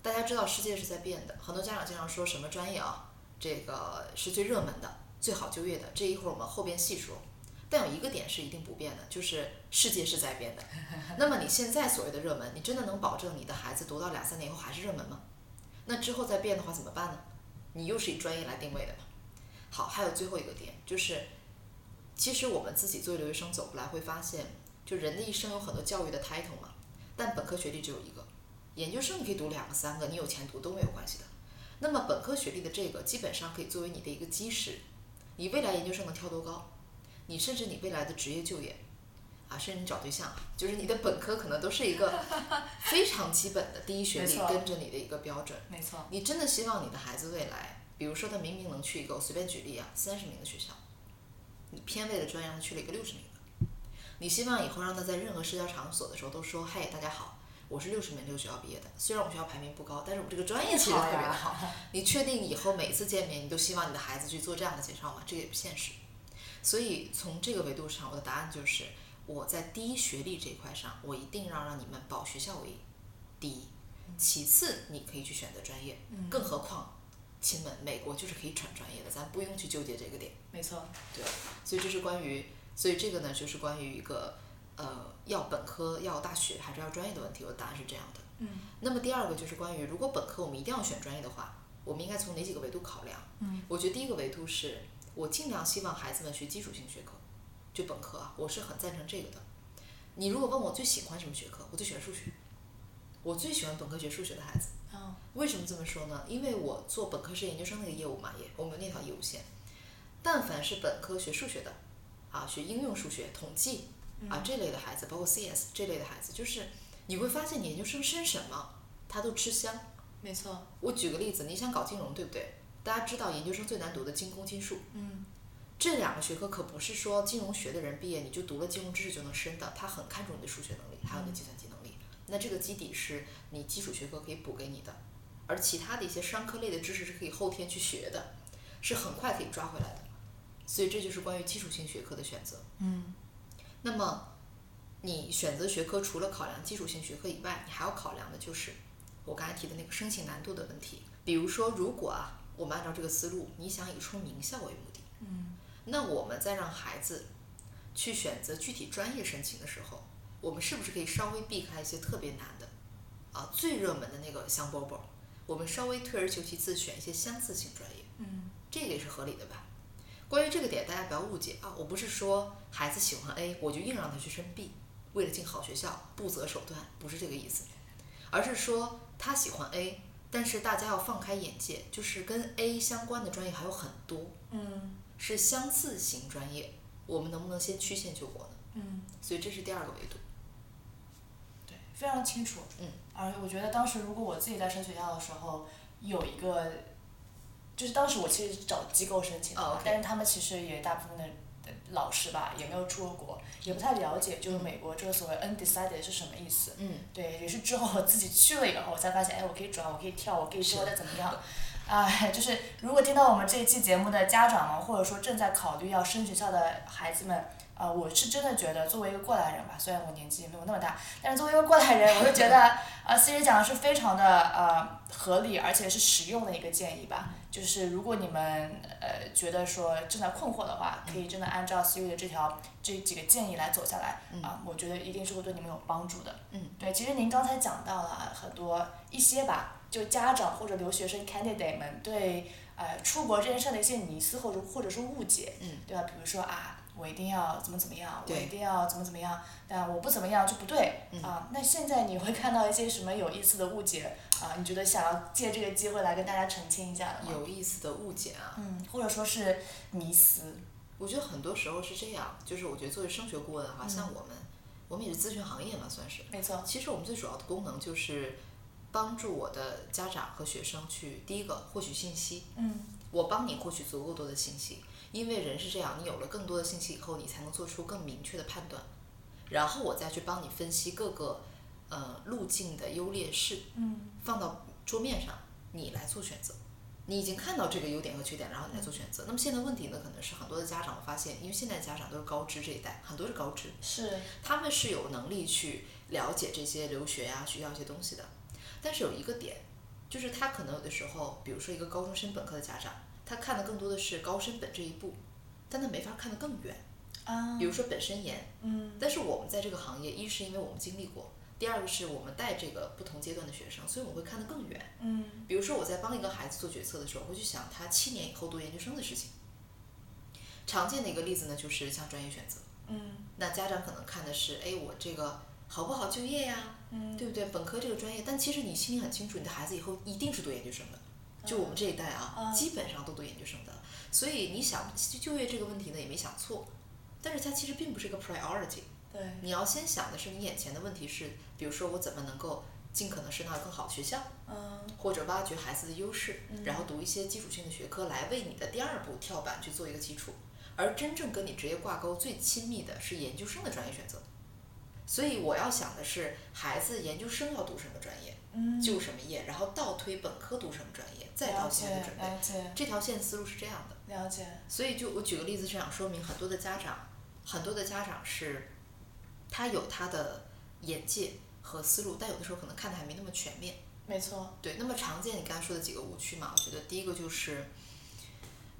大家知道世界是在变的，很多家长经常说什么专业啊，这个是最热门的、最好就业的，这一会儿我们后边细说。但有一个点是一定不变的，就是世界是在变的。那么你现在所谓的热门，你真的能保证你的孩子读到两三年以后还是热门吗？那之后再变的话怎么办呢？你又是以专业来定位的嘛？好，还有最后一个点就是，其实我们自己作为留学生走过来会发现，就人的一生有很多教育的 title 嘛，但本科学历只有一个，研究生你可以读两个、三个，你有钱读都没有关系的。那么本科学历的这个基本上可以作为你的一个基石，你未来研究生能跳多高，你甚至你未来的职业就业，啊，甚至你找对象啊，就是你的本科可能都是一个非常基本的第一学历没错跟着你的一个标准。没错，你真的希望你的孩子未来，比如说他明明能去一个，我随便举例啊，三十名的学校，你偏为了专业让他去了一个六十名的，你希望以后让他在任何社交场所的时候都说，嘿，大家好，我是六十名这个学校毕业的，虽然我们学校排名不高，但是我们这个专业其实特别的好。你确定以后每次见面，你都希望你的孩子去做这样的介绍吗？这个也不现实。所以从这个维度上，我的答案就是，我在第一学历这一块上，我一定要让你们保学校为第一，其次你可以去选择专业。嗯，更何况，亲们，美国就是可以转专业的，咱不用去纠结这个点。没错，所以这是关于，所以这个呢就是关于一个，呃，要本科要大学还是要专业的问题。我的答案是这样的。嗯那么第二个就是关于，如果本科我们一定要选专业的话，我们应该从哪几个维度考量？嗯，我觉得第一个维度是我尽量希望孩子们学基础性学科，就本科啊，我是很赞成这个的。你如果问我最喜欢什么学科，我最喜欢数学，我最喜欢本科学数学的孩子。嗯为什么这么说呢？因为我做本科是研究生那个业务嘛，也我们有那条业务线，但凡是本科学数学的，啊，学应用数学、统计啊这类的孩子，包括 CS 这类的孩子，就是你会发现你研究生申什么，他都吃香。没错，我举个例子，你想搞金融，对不对？大家知道研究生最难读的精工、金数嗯这两个学科，可不是说金融学的人毕业你就读了金融知识就能升的，他很看重你的数学能力，还有你的计算机能力。那这个基底是你基础学科可以补给你的，而其他的一些商科类的知识是可以后天去学的，是很快可以抓回来的。所以这就是关于基础性学科的选择。嗯那么，你选择学科除了考量基础性学科以外，你还要考量的就是我刚才提的那个申请难度的问题。比如说，如果啊，我们按照这个思路，你想以冲名校为目的，嗯那我们再让孩子去选择具体专业申请的时候，我们是不是可以稍微避开一些特别难的，啊，最热门的那个香饽饽，我们稍微退而求其次，选一些相似性专业。嗯这个也是合理的吧？关于这个点，大家不要误解啊！我不是说孩子喜欢 A，我就硬让他去升 B，为了进好学校不择手段，不是这个意思，而是说他喜欢 A，但是大家要放开眼界，就是跟 A 相关的专业还有很多，嗯是相似型专业，我们能不能先曲线救国呢？嗯。所以这是第二个维度。对，非常清楚。嗯，而我觉得当时如果我自己在升学校的时候，有一个，就是当时我其实找机构申请的嘛哦，OK 但是他们其实也大部分的呃老师吧，也没有出过国，也不太了解，就是美国这个所谓 undecided 是什么意思。嗯，对，也是之后我自己去了以后，我才发现，哎，我可以转，我可以跳，我可以是说的怎么样？哎，就是如果听到我们这一期节目的家长们，或者说正在考虑要升学校的孩子们，啊、我是真的觉得作为一个过来人吧，虽然我年纪没有那么大，但是作为一个过来人，我就觉得，呃，Siri 讲的是非常的呃合理，而且是实用的一个建议吧。就是如果你们呃觉得说正在困惑的话，可以真的按照 Siri 的这条这几个建议来走下来嗯啊、我觉得一定是会对你们有帮助的。嗯，对，其实您刚才讲到了很多一些吧，就家长或者留学生 candidate 们对呃出国这件事的一些迷思或者或者是误解，嗯，对吧？比如说啊，我一定要怎么怎么样，我对一定要怎么怎么样，但我不怎么样就不对、嗯啊。那现在你会看到一些什么有意思的误解啊？你觉得想要借这个机会来跟大家澄清一下的吗？有意思的误解啊，嗯，或者说是迷思，我觉得很多时候是这样，就是我觉得作为升学顾问哈、嗯像我们，我们也是咨询行业嘛，算是。没错，其实我们最主要的功能就是帮助我的家长和学生去第一个获取信息，嗯我帮你获取足够多的信息，因为人是这样，你有了更多的信息以后，你才能做出更明确的判断，然后我再去帮你分析各个呃路径的优劣势，嗯放到桌面上，你来做选择。你已经看到这个优点和缺点，然后你来做选择。那么现在问题呢，可能是很多的家长，我发现，因为现在家长都是高知这一代，很多是高知，是，他们是有能力去了解这些留学呀、学校一些东西的。但是有一个点，就是他可能有的时候，比如说一个高中生本科的家长，他看的更多的是高升本这一步，但他没法看得更远。啊比如说本身研，嗯但是我们在这个行业，一是因为我们经历过，第二个是我们带这个不同阶段的学生，所以我们会看得更远。嗯比如说我在帮一个孩子做决策的时候，我会去想他七年以后读研究生的事情。常见的一个例子呢，就是像专业选择。嗯那家长可能看的是，哎，我这个好不好就业呀，嗯，对不对？本科这个专业，但其实你心里很清楚，你的孩子以后一定是读研究生的。就我们这一代啊，嗯基本上都读研究生的，所以你想就就业这个问题呢，也没想错。但是它其实并不是一个 priority，对，你要先想的是你眼前的问题是，比如说我怎么能够尽可能升到更好的学校，嗯或者挖掘孩子的优势，嗯然后读一些基础性的学科来为你的第二步跳板去做一个基础。而真正跟你职业挂钩最亲密的是研究生的专业选择，所以我要想的是孩子研究生要读什么专业，嗯，就什么业，然后倒推本科读什么专业，再到了现解在的准备。了解这条线思路是这样的。了解，所以就我举个例子，是想说明很多的家长，很多的家长是，他有他的眼界和思路，但有的时候可能看的还没那么全面。没错，对，那么常见你刚才说的几个误区嘛，我觉得第一个就是，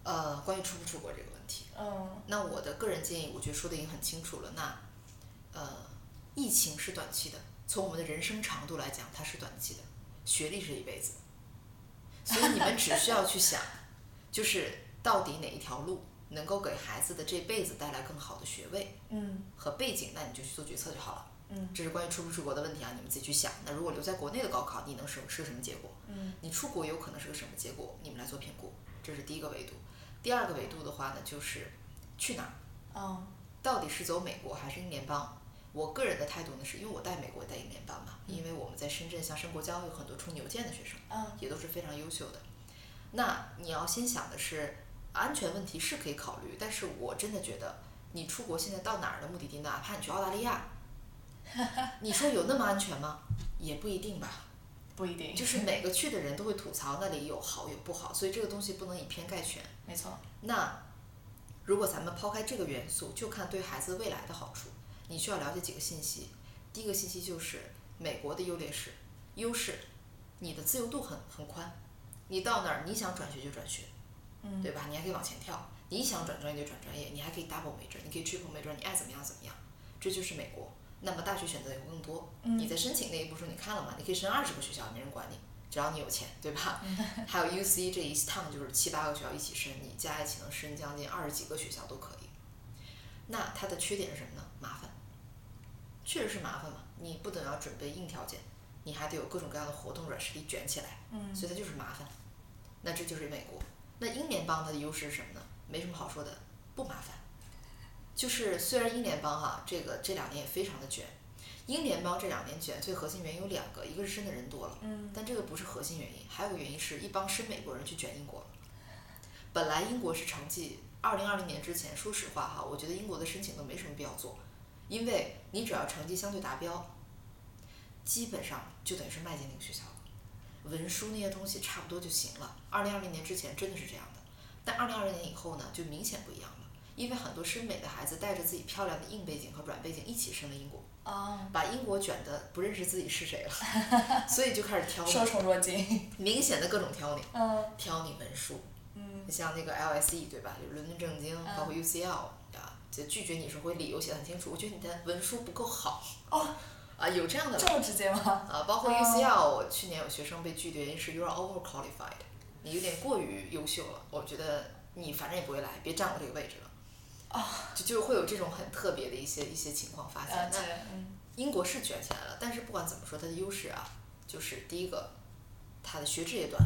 呃，关于出不出国这个问题。嗯那我的个人建议，我觉得说的已经很清楚了。那，呃，疫情是短期的，从我们的人生长度来讲，它是短期的，学历是一辈子的，所以你们只需要去想，就是到底哪一条路能够给孩子的这辈子带来更好的学位嗯和背景，那你就去做决策就好了。嗯这是关于出不出国的问题啊，你们自己去想。那如果留在国内的高考，你能是是个什么结果？嗯你出国有可能是个什么结果，你们来做评估，这是第一个维度。第二个维度的话呢，就是去哪儿，嗯到底是走美国还是英联邦？我个人的态度呢，是因为我带美国带英联邦嘛，因为我们在深圳像申国交有很多冲牛剑的学生，嗯，也都是非常优秀的。那你要先想的是，安全问题是可以考虑，但是我真的觉得，你出国现在到哪儿的目的地，哪怕你去澳大利亚，你说有那么安全吗？也不一定吧。不一定，就是每个去的人都会吐槽那里有好有不好，所以这个东西不能以偏概全。没错，那如果咱们抛开这个元素，就看对孩子未来的好处，你需要了解几个信息。第一个信息就是美国的优劣势，优势，你的自由度很很宽，你到那儿你想转学就转学，嗯对吧？你还可以往前跳，你想转专业就转专业，你还可以 double major，你可以 triple major，你爱怎么样怎么样，这就是美国。那么大学选择也会更多，嗯你在申请那一步时候，你看了吗？你可以申二十个学校，没人管你，只要你有钱，对吧？ 还有 UC 这一趟就是七八个学校一起申，你加一起能申将近二十几个学校都可以。那它的缺点是什么呢？麻烦，确实是麻烦嘛。你不等要准备硬条件，你还得有各种各样的活动软实力卷起来，嗯所以它就是麻烦。那这就是美国。那英联邦它的优势是什么呢？没什么好说的，不麻烦。就是虽然英联邦哈、这个这两年也非常的卷，英联邦这两年卷最核心原因有两个，一个是申的人多了，嗯但这个不是核心原因，还有个原因是一帮申美国人去卷英国了。本来英国是成绩，二零二零年之前，说实话哈，我觉得英国的申请都没什么必要做，因为你只要成绩相对达标，基本上就等于是迈进那个学校了，文书那些东西差不多就行了。二零二零年之前真的是这样的，但二零二零年以后呢，就明显不一样了，因为很多申美的孩子带着自己漂亮的硬背景和软背景一起申了英国。啊，把英国卷的不认识自己是谁了， 所以就开始挑受你，宠若惊，明显的各种挑你，嗯挑你文书，嗯像那个 LSE 对吧？就伦敦政经，包括 UCL 啊，就拒绝你是会理由写得很清楚，我觉得你的文书不够好哦，啊，有这样的吧这么直接吗？啊，包括哦 UCL，我去年有学生被拒绝，因为是 you're over qualified，你有点过于优秀了，我觉得你反正也不会来，别占我这个位置了。哦啊，就就会有这种很特别的一些一些情况发了生。啊那解，嗯英国是卷起来了，但是不管怎么说，它的优势啊，就是第一个，它的学制也短，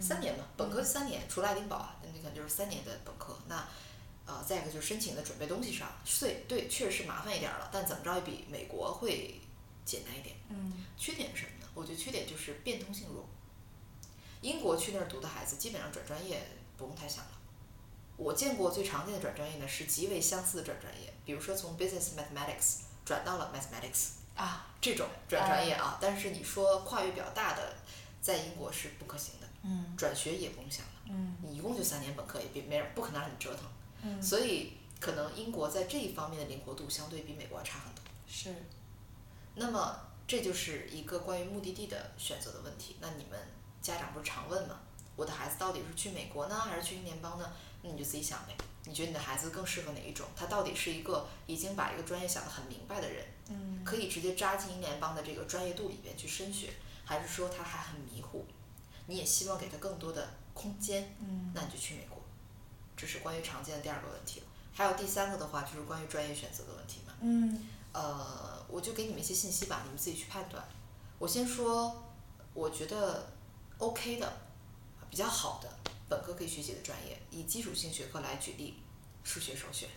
三年嘛，本科三年，除了爱丁堡啊，那可能就是三年的本科。那呃，再一个就是申请的准备东西上，对对，确实是麻烦一点儿了，但怎么着也比美国会简单一点。嗯缺点是什么呢？我觉得缺点就是变通性弱。英国去那儿读的孩子，基本上转专业不用太想了。我见过最常见的转专业呢，是极为相似的转专业，比如说从 Business Mathematics 转到了 Mathematics 啊，这种转专业啊，但是你说跨越比较大的，在英国是不可行的，嗯转学也不用想了。嗯你一共就三年本科，也别没人不可能让你折腾，嗯，所以可能英国在这一方面的灵活度相对比美国要差很多。是那么这就是一个关于目的地的选择的问题。那你们家长不是常问吗？我的孩子到底是去美国呢，还是去英联邦呢？那你就自己想呗。你觉得你的孩子更适合哪一种？他到底是一个已经把一个专业想得很明白的人，嗯可以直接扎进英联邦的这个专业度里边去升学，还是说他还很迷糊？你也希望给他更多的空间，嗯那你就去美国。这是关于常见的第二个问题了。还有第三个的话，就是关于专业选择的问题嘛。嗯呃，我就给你们一些信息吧，你们自己去判断。我先说，我觉得 OK 的、比较好的本科可以学习的专业，以基础性学科来举例，数学首选。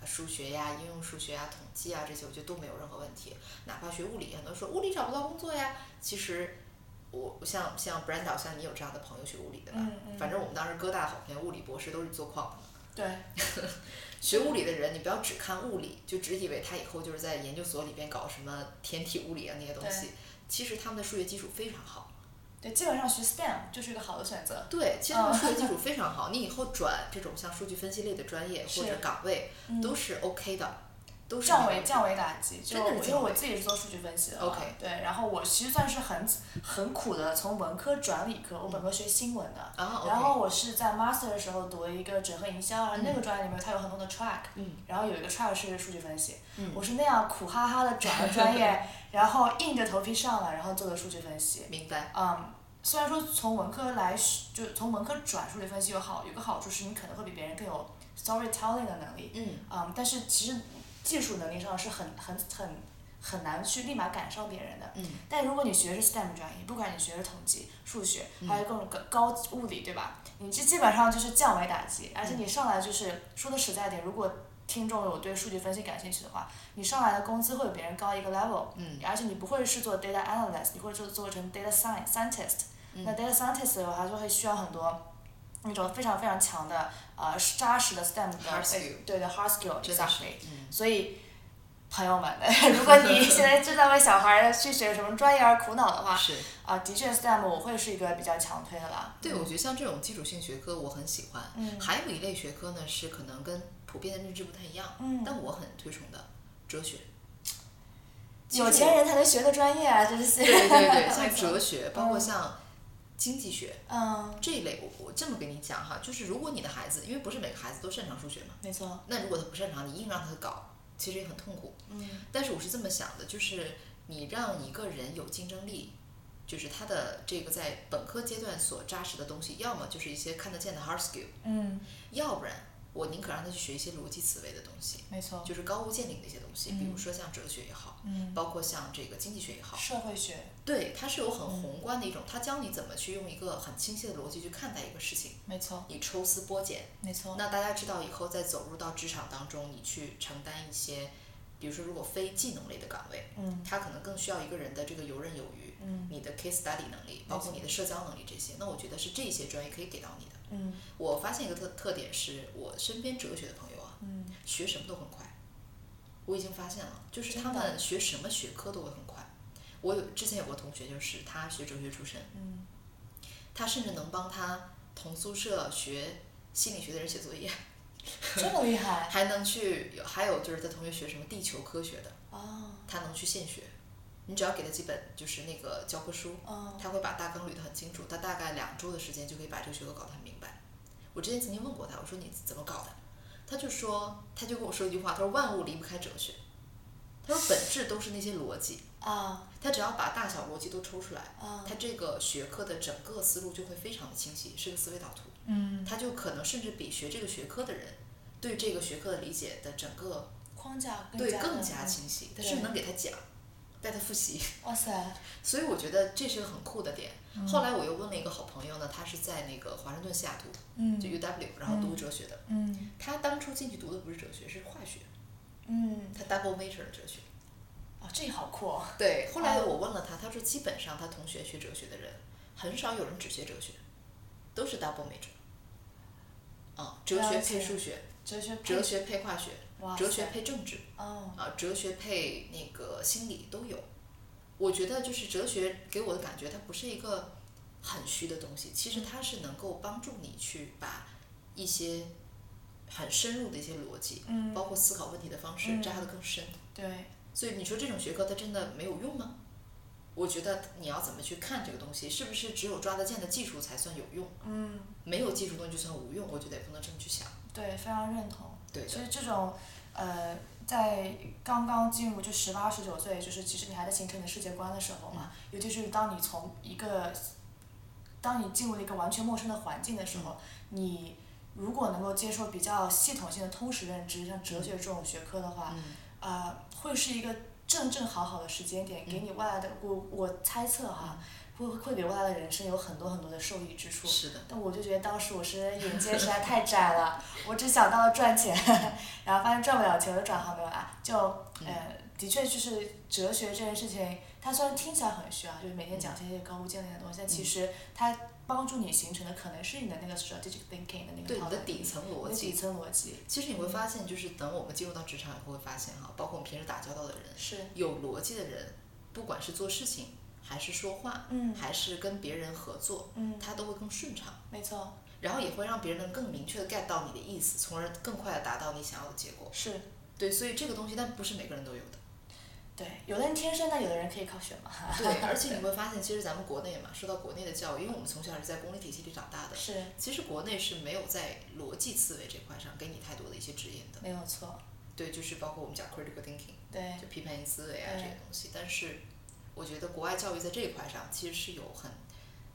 啊数学呀、应用数学呀、统计啊这些，我觉得都没有任何问题。哪怕学物理，很多人说物理找不到工作呀，其实我像像 Brenda，像你有这样的朋友学物理的吧？嗯嗯反正我们当时哥大好朋友物理博士都是做矿的嘛。对，学物理的人，你不要只看物理，就只以为他以后就是在研究所里边搞什么天体物理啊那些东西。其实他们的数学基础非常好。对，基本上学 STEM 就是一个好的选择。对，其实哦他们数学 基础非常好。你以后转这种像数据分析类的专业是或者岗位嗯都是 OK 的，都是降维降维打击，就真的因为是降我维自己是做数据分析的嘛 OK 对，然后我其实算是很很苦的从文科转理科，我本科学新闻的，啊 OK，然后我是在 master 的时候读了一个整合营销，然后那个专业里面它有很多的 track，、嗯然后有一个 track 是数据分析，嗯我是那样苦哈哈的转了专业， 然后硬着头皮上了，然后做的数据分析。明白。嗯，虽然说从文科来，就从文科转数据分析有好，有个好处是你可能会比别人更有 storytelling 的能力，嗯，嗯，但是其实技术能力上是很很很很难去立马赶上别人的。嗯。但如果你学的是 STEM 专业，不管你学的是统计、数学，还有各种高高物理，对吧？你这基本上就是降维打击，而且你上来就是说的实在点，如果听众有对数据分析感兴趣的话，你上来的工资会比别人高一个 level，嗯，而且你不会是做 data analyst，你会做做成 data science scientist，、那嗯 data scientist 的话它就会需要很多那种非常非常强的呃扎实的 STEM 的 Hard skill 对的 hard skill 真的是 exactly，。嗯，所以朋友们， 如果你现在正在为小孩去学什么专业而苦恼的话，是。啊，的确 STEM 我会是一个比较强推的啦。对，我觉得像这种基础性学科我很喜欢。嗯还有一类学科呢，是可能跟普遍的认知不太一样，嗯，但我很推崇的哲学。其实有我钱人才能学的专业啊，真是。对对对，像哲学，包括像经济学 嗯，这一类，我我这么跟你讲哈，就是如果你的孩子，因为不是每个孩子都擅长数学嘛，没错。那如果他不擅长，你硬让他搞，其实也很痛苦。嗯但是我是这么想的，就是你让一个人有竞争力。就是他的这个在本科阶段所扎实的东西，要么就是一些看得见的 hard skill，嗯，要不然我宁可让他去学一些逻辑思维的东西，没错。就是高屋建瓴的一些东西，比如说像哲学也好，嗯，包括像这个经济学也好，社会学对，它是有很嗯宏观的一种，它教你怎么去用一个很清晰的逻辑去看待一个事情，没错你抽丝剥茧。没错。那大家知道以后再走入到职场当中，你去承担一些，比如说如果非技能类的岗位，嗯它可能更需要一个人的这个游刃有余，嗯你的 case study 能力，包括你的社交能力这些。那我觉得是这些专业可以给到你的。嗯我发现一个特特点是，我身边哲学的朋友啊，嗯，学什么都很快。我已经发现了，就是真他的们学什么学科都会很快。我有之前有个同学，就是他学哲学出身，嗯他甚至能帮他同宿舍学心理学的人写作业，这么厉害还能去有还有就是他同学学什么地球科学的，哦他能去现学。你只要给他几本就是那个教科书，哦，他会把大纲捋得很清楚，他大概两周的时间就可以把这个学科搞得很明白。我之前曾经问过他，我说你怎么搞的？他就说，他就跟我说一句话，他说万物离不开哲学，他说本质都是那些逻辑，啊他只要把大小逻辑都抽出来，啊他这个学科的整个思路就会非常的清晰，是个思维导图。嗯，他就可能甚至比学这个学科的人对这个学科的理解的整个框架更对加更的加清晰，他对甚至能给他讲。带他复习。 哇塞，所以我觉得这是个很酷的点。嗯后来我又问了一个好朋友呢，他是在那个华盛顿西雅图，嗯就 UW，然后读哲学的。嗯他当初进去读的不是哲学，是化学，嗯，他 double major 的哲学。哦，这好酷哦，对，后来我问了他，他说基本上他同学学哲学的人，很少有人只学哲学，都是 double major。啊，哲学了解配数学，哲学哲学配化学，哇哲塞学配政治，哦，啊，哲学配那个心理都有。我觉得就是哲学给我的感觉，它不是一个很虚的东西，其实它是能够帮助你去把一些很深入的一些逻辑，嗯，包括思考问题的方式嗯扎得更深。对，所以你说这种学科它真的没有用吗？我觉得你要怎么去看这个东西，是不是只有抓得见的技术才算有用？嗯，没有技术东西就算无用，我觉得也不能这么去想。对，非常认同。对其的，实这种，呃，在刚刚进入就十八、十九岁，就是其实你还在形成你的世界观的时候嘛，嗯尤其是当你从一个，当你进入了一个完全陌生的环境的时嗯候，你如果能够接受比较系统性的通识认知，像哲学这种学科的话，嗯嗯呃，会是一个正正好好的时间点，给你未来的我我猜测哈，会会给未来的人生有很多很多的受益之处。是的，但我就觉得当时我是眼界实在太窄了，我只想到了赚钱， 然后发现赚不了钱，我就转行没有啊。就嗯呃，的确就是哲学这件事情，它虽然听起来很虚啊，就是每天讲嗯这些高屋建瓴的东西，但其实它帮助你形成的可能是你的那个 strategic thinking 的那个对你套的路底层你逻的底辑。层逻辑其实你会发现，就是等我们进入到职场以后，会发现哈，包括我们平时打交道的人，是有逻辑的人，不管是做事情，还是说话，嗯还是跟别人合作，嗯，他都会更顺畅，没错，然后也会让别人能更明确的 get 到你的意思，从而更快的达到你想要的结果。是对，所以这个东西，但不是每个人都有的。对。有的人天生，但有的人可以靠选嘛。对，而且你会发现，其实咱们国内嘛，说到国内的教育，因为我们从小是在公立体系里长大的，是其实国内是没有在逻辑思维这块上给你太多的一些指引的。没有错，对，就是包括我们讲 critical thinking，对就批判性思维啊对这些东西。但是我觉得国外教育在这一块上其实是有很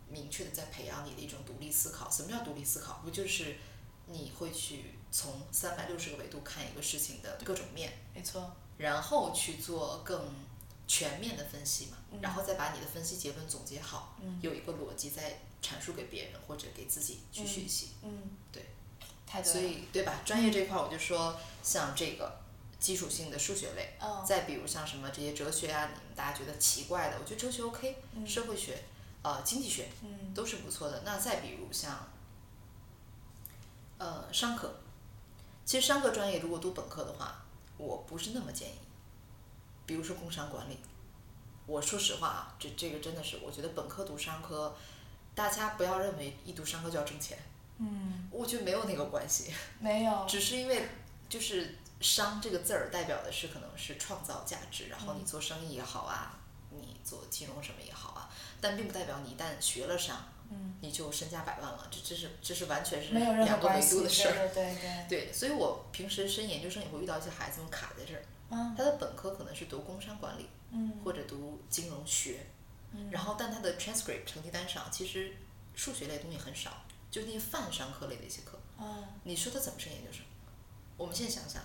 明确的在培养你的一种独立思考。什么叫独立思考？不就是你会去从三百六十个维度看一个事情的各种面，没错，然后去做更全面的分析嘛，嗯然后再把你的分析结论总结好，嗯有一个逻辑再阐述给别人或者给自己去学习。嗯，对，太对了，嗯所以对吧？专业这块儿我就说，像这个基础性的数学类，嗯再比如像什么这些哲学啊，你们大家觉得奇怪的，我觉得哲学 OK，、嗯社会学、呃经济学嗯都是不错的。那再比如像，呃商科，其实商科专业如果读本科的话，我不是那么建议。比如说工商管理，我说实话啊，这这个真的是，我觉得本科读商科，大家不要认为一读商科就要挣钱，嗯，我觉得没有那个关系。没有，只是因为就是“商”这个字儿代表的是可能是创造价值，然嗯后你做生意也好啊，你做金融什么也好啊，但并不代表你一旦学了商，嗯，你就身家百万了，这这是这是完全是没有任何两个维关系，度的事儿。对对对对， 对，所以我平时升研究生也会遇到一些孩子们卡在这儿，嗯他的本科可能是读工商管理嗯或者读金融学，嗯然后但他的 transcript 成绩单上其实数学类的东西很少，就是那些泛商科类的一些课。嗯你说他怎么升研究生？我们现在想想，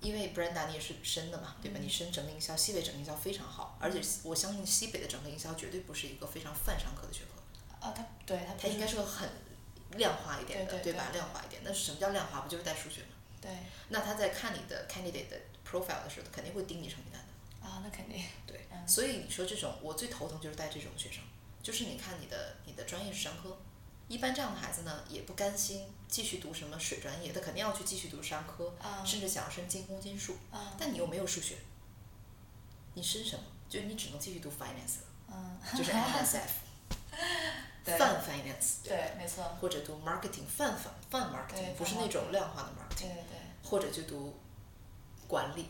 因为 Brenda 你也是深的嘛，对嗯吧？你深整个营销，西北整个营销非常好，而且我相信西北的整个营销绝对不是一个非常泛商科的学科，啊，他对他它应该是个很量化一点的，对对吧？量化一点，那什么叫量化？不就是带数学吗？对那他在看你的 candidate 的 profile 的时候，肯定会盯你成绩单的。啊，那肯定对，嗯所以你说这种，我最头疼就是带这种学生，就是你看你的你的专业是商科，一般这样的孩子呢，也不甘心继续读什么水专业，他肯定要去继续读商科，啊甚至想要升精工金属，啊但你又没有数学，你升什么？就你只能继续读 finance 了，嗯， 就 是 NSF，对泛 finance，对，没错，或者读 marketing 泛泛泛对 marketing，不是泛那种量化的对 marketing，对或者就读管理，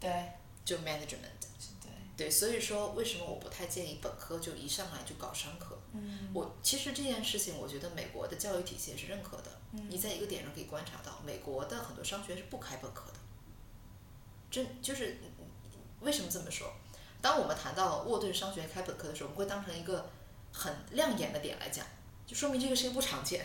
对对就 management。是对，对，所以说为什么我不太建议本科就一上来就搞商科？嗯我其实这件事情，我觉得美国的教育体系也是认可的。嗯你在一个点上可以观察到，美国的很多商学院是不开本科的。真就是为什么这么说？当我们谈到沃顿商学院开本科的时候，我们会当成一个很亮眼的点来讲，就说明这个事情不常见。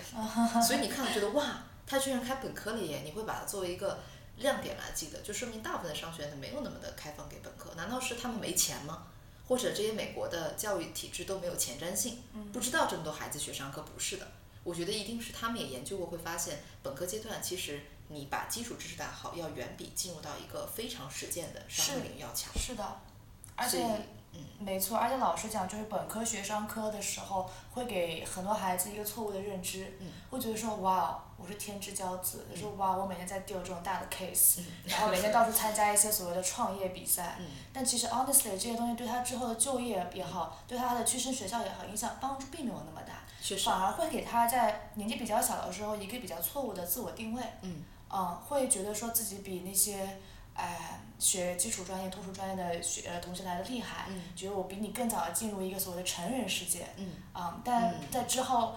所以你看了觉得哇，他居然开本科了耶！你会把它作为一个亮点来记的，就说明大部分的商学院它没有那么的开放给本科。难道是他们没钱吗？或者这些美国的教育体制都没有前瞻性，不知道这么多孩子学商科？不是的，我觉得一定是他们也研究过，会发现本科阶段其实你把基础知识打好，要远比进入到一个非常实践的商业是领域要强。是的，而所且以，嗯没错，而且老师讲，就是本科学商科的时候，会给很多孩子一个错误的认知，嗯会觉得说哇，我是天之骄子，就说哇，我每天在丢这种大的 case，、嗯然后每天到处参加一些所谓的创业比赛，嗯但其实 honestly 这些东西对他之后的就业也好，对他的去升学校也好，影响帮助并没有那么大，确实，反而会给他在年纪比较小的时候一个比较错误的自我定位，嗯嗯，会觉得说自己比那些，哎，学基础专业、特殊专业的学呃同学来的厉害，嗯觉得我比你更早地进入一个所谓的成人世界，嗯啊、但嗯在之后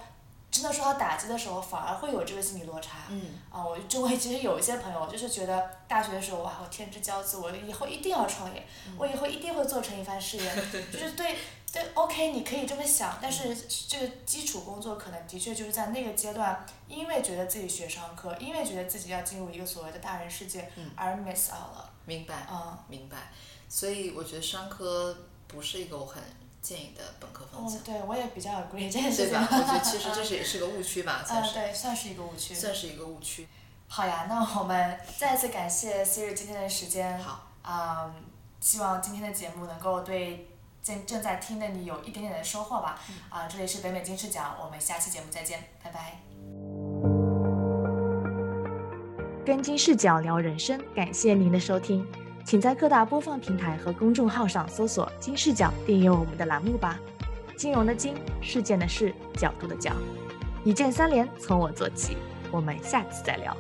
真的受到打击的时候，反而会有这个心理落差。嗯，啊、我周围其实有一些朋友，就是觉得大学的时候，哇，我天之骄子，我以后一定要创业，嗯我以后一定会做成一番事业， 就是对对，OK，你可以这么想，但嗯是这个基础工作可能的确就是在那个阶段，因为觉得自己学商科，因为觉得自己要进入一个所谓的大人世界，嗯而 miss out 了，明白。嗯，明白，所以我觉得商科不是一个我很建议的本科方哦向，，对我也比较 agree 这件事对情，吧？我觉得其实这是也是个误区 吧，算嗯，是对，算是一个误区。算是一个误区。好呀，那我们再次感谢 Siri 今天的时间。好，啊、希望今天的节目能够对正正在听的你有一点点的收获吧。啊、这里是北美金视角，我们下期节目再见，拜拜。跟金视角聊人生，感谢您的收听，请在各大播放平台和公众号上搜索“金视角”，订阅我们的栏目吧。金融的金，事件的事，角度的角，一键三连，从我做起。我们下期再聊。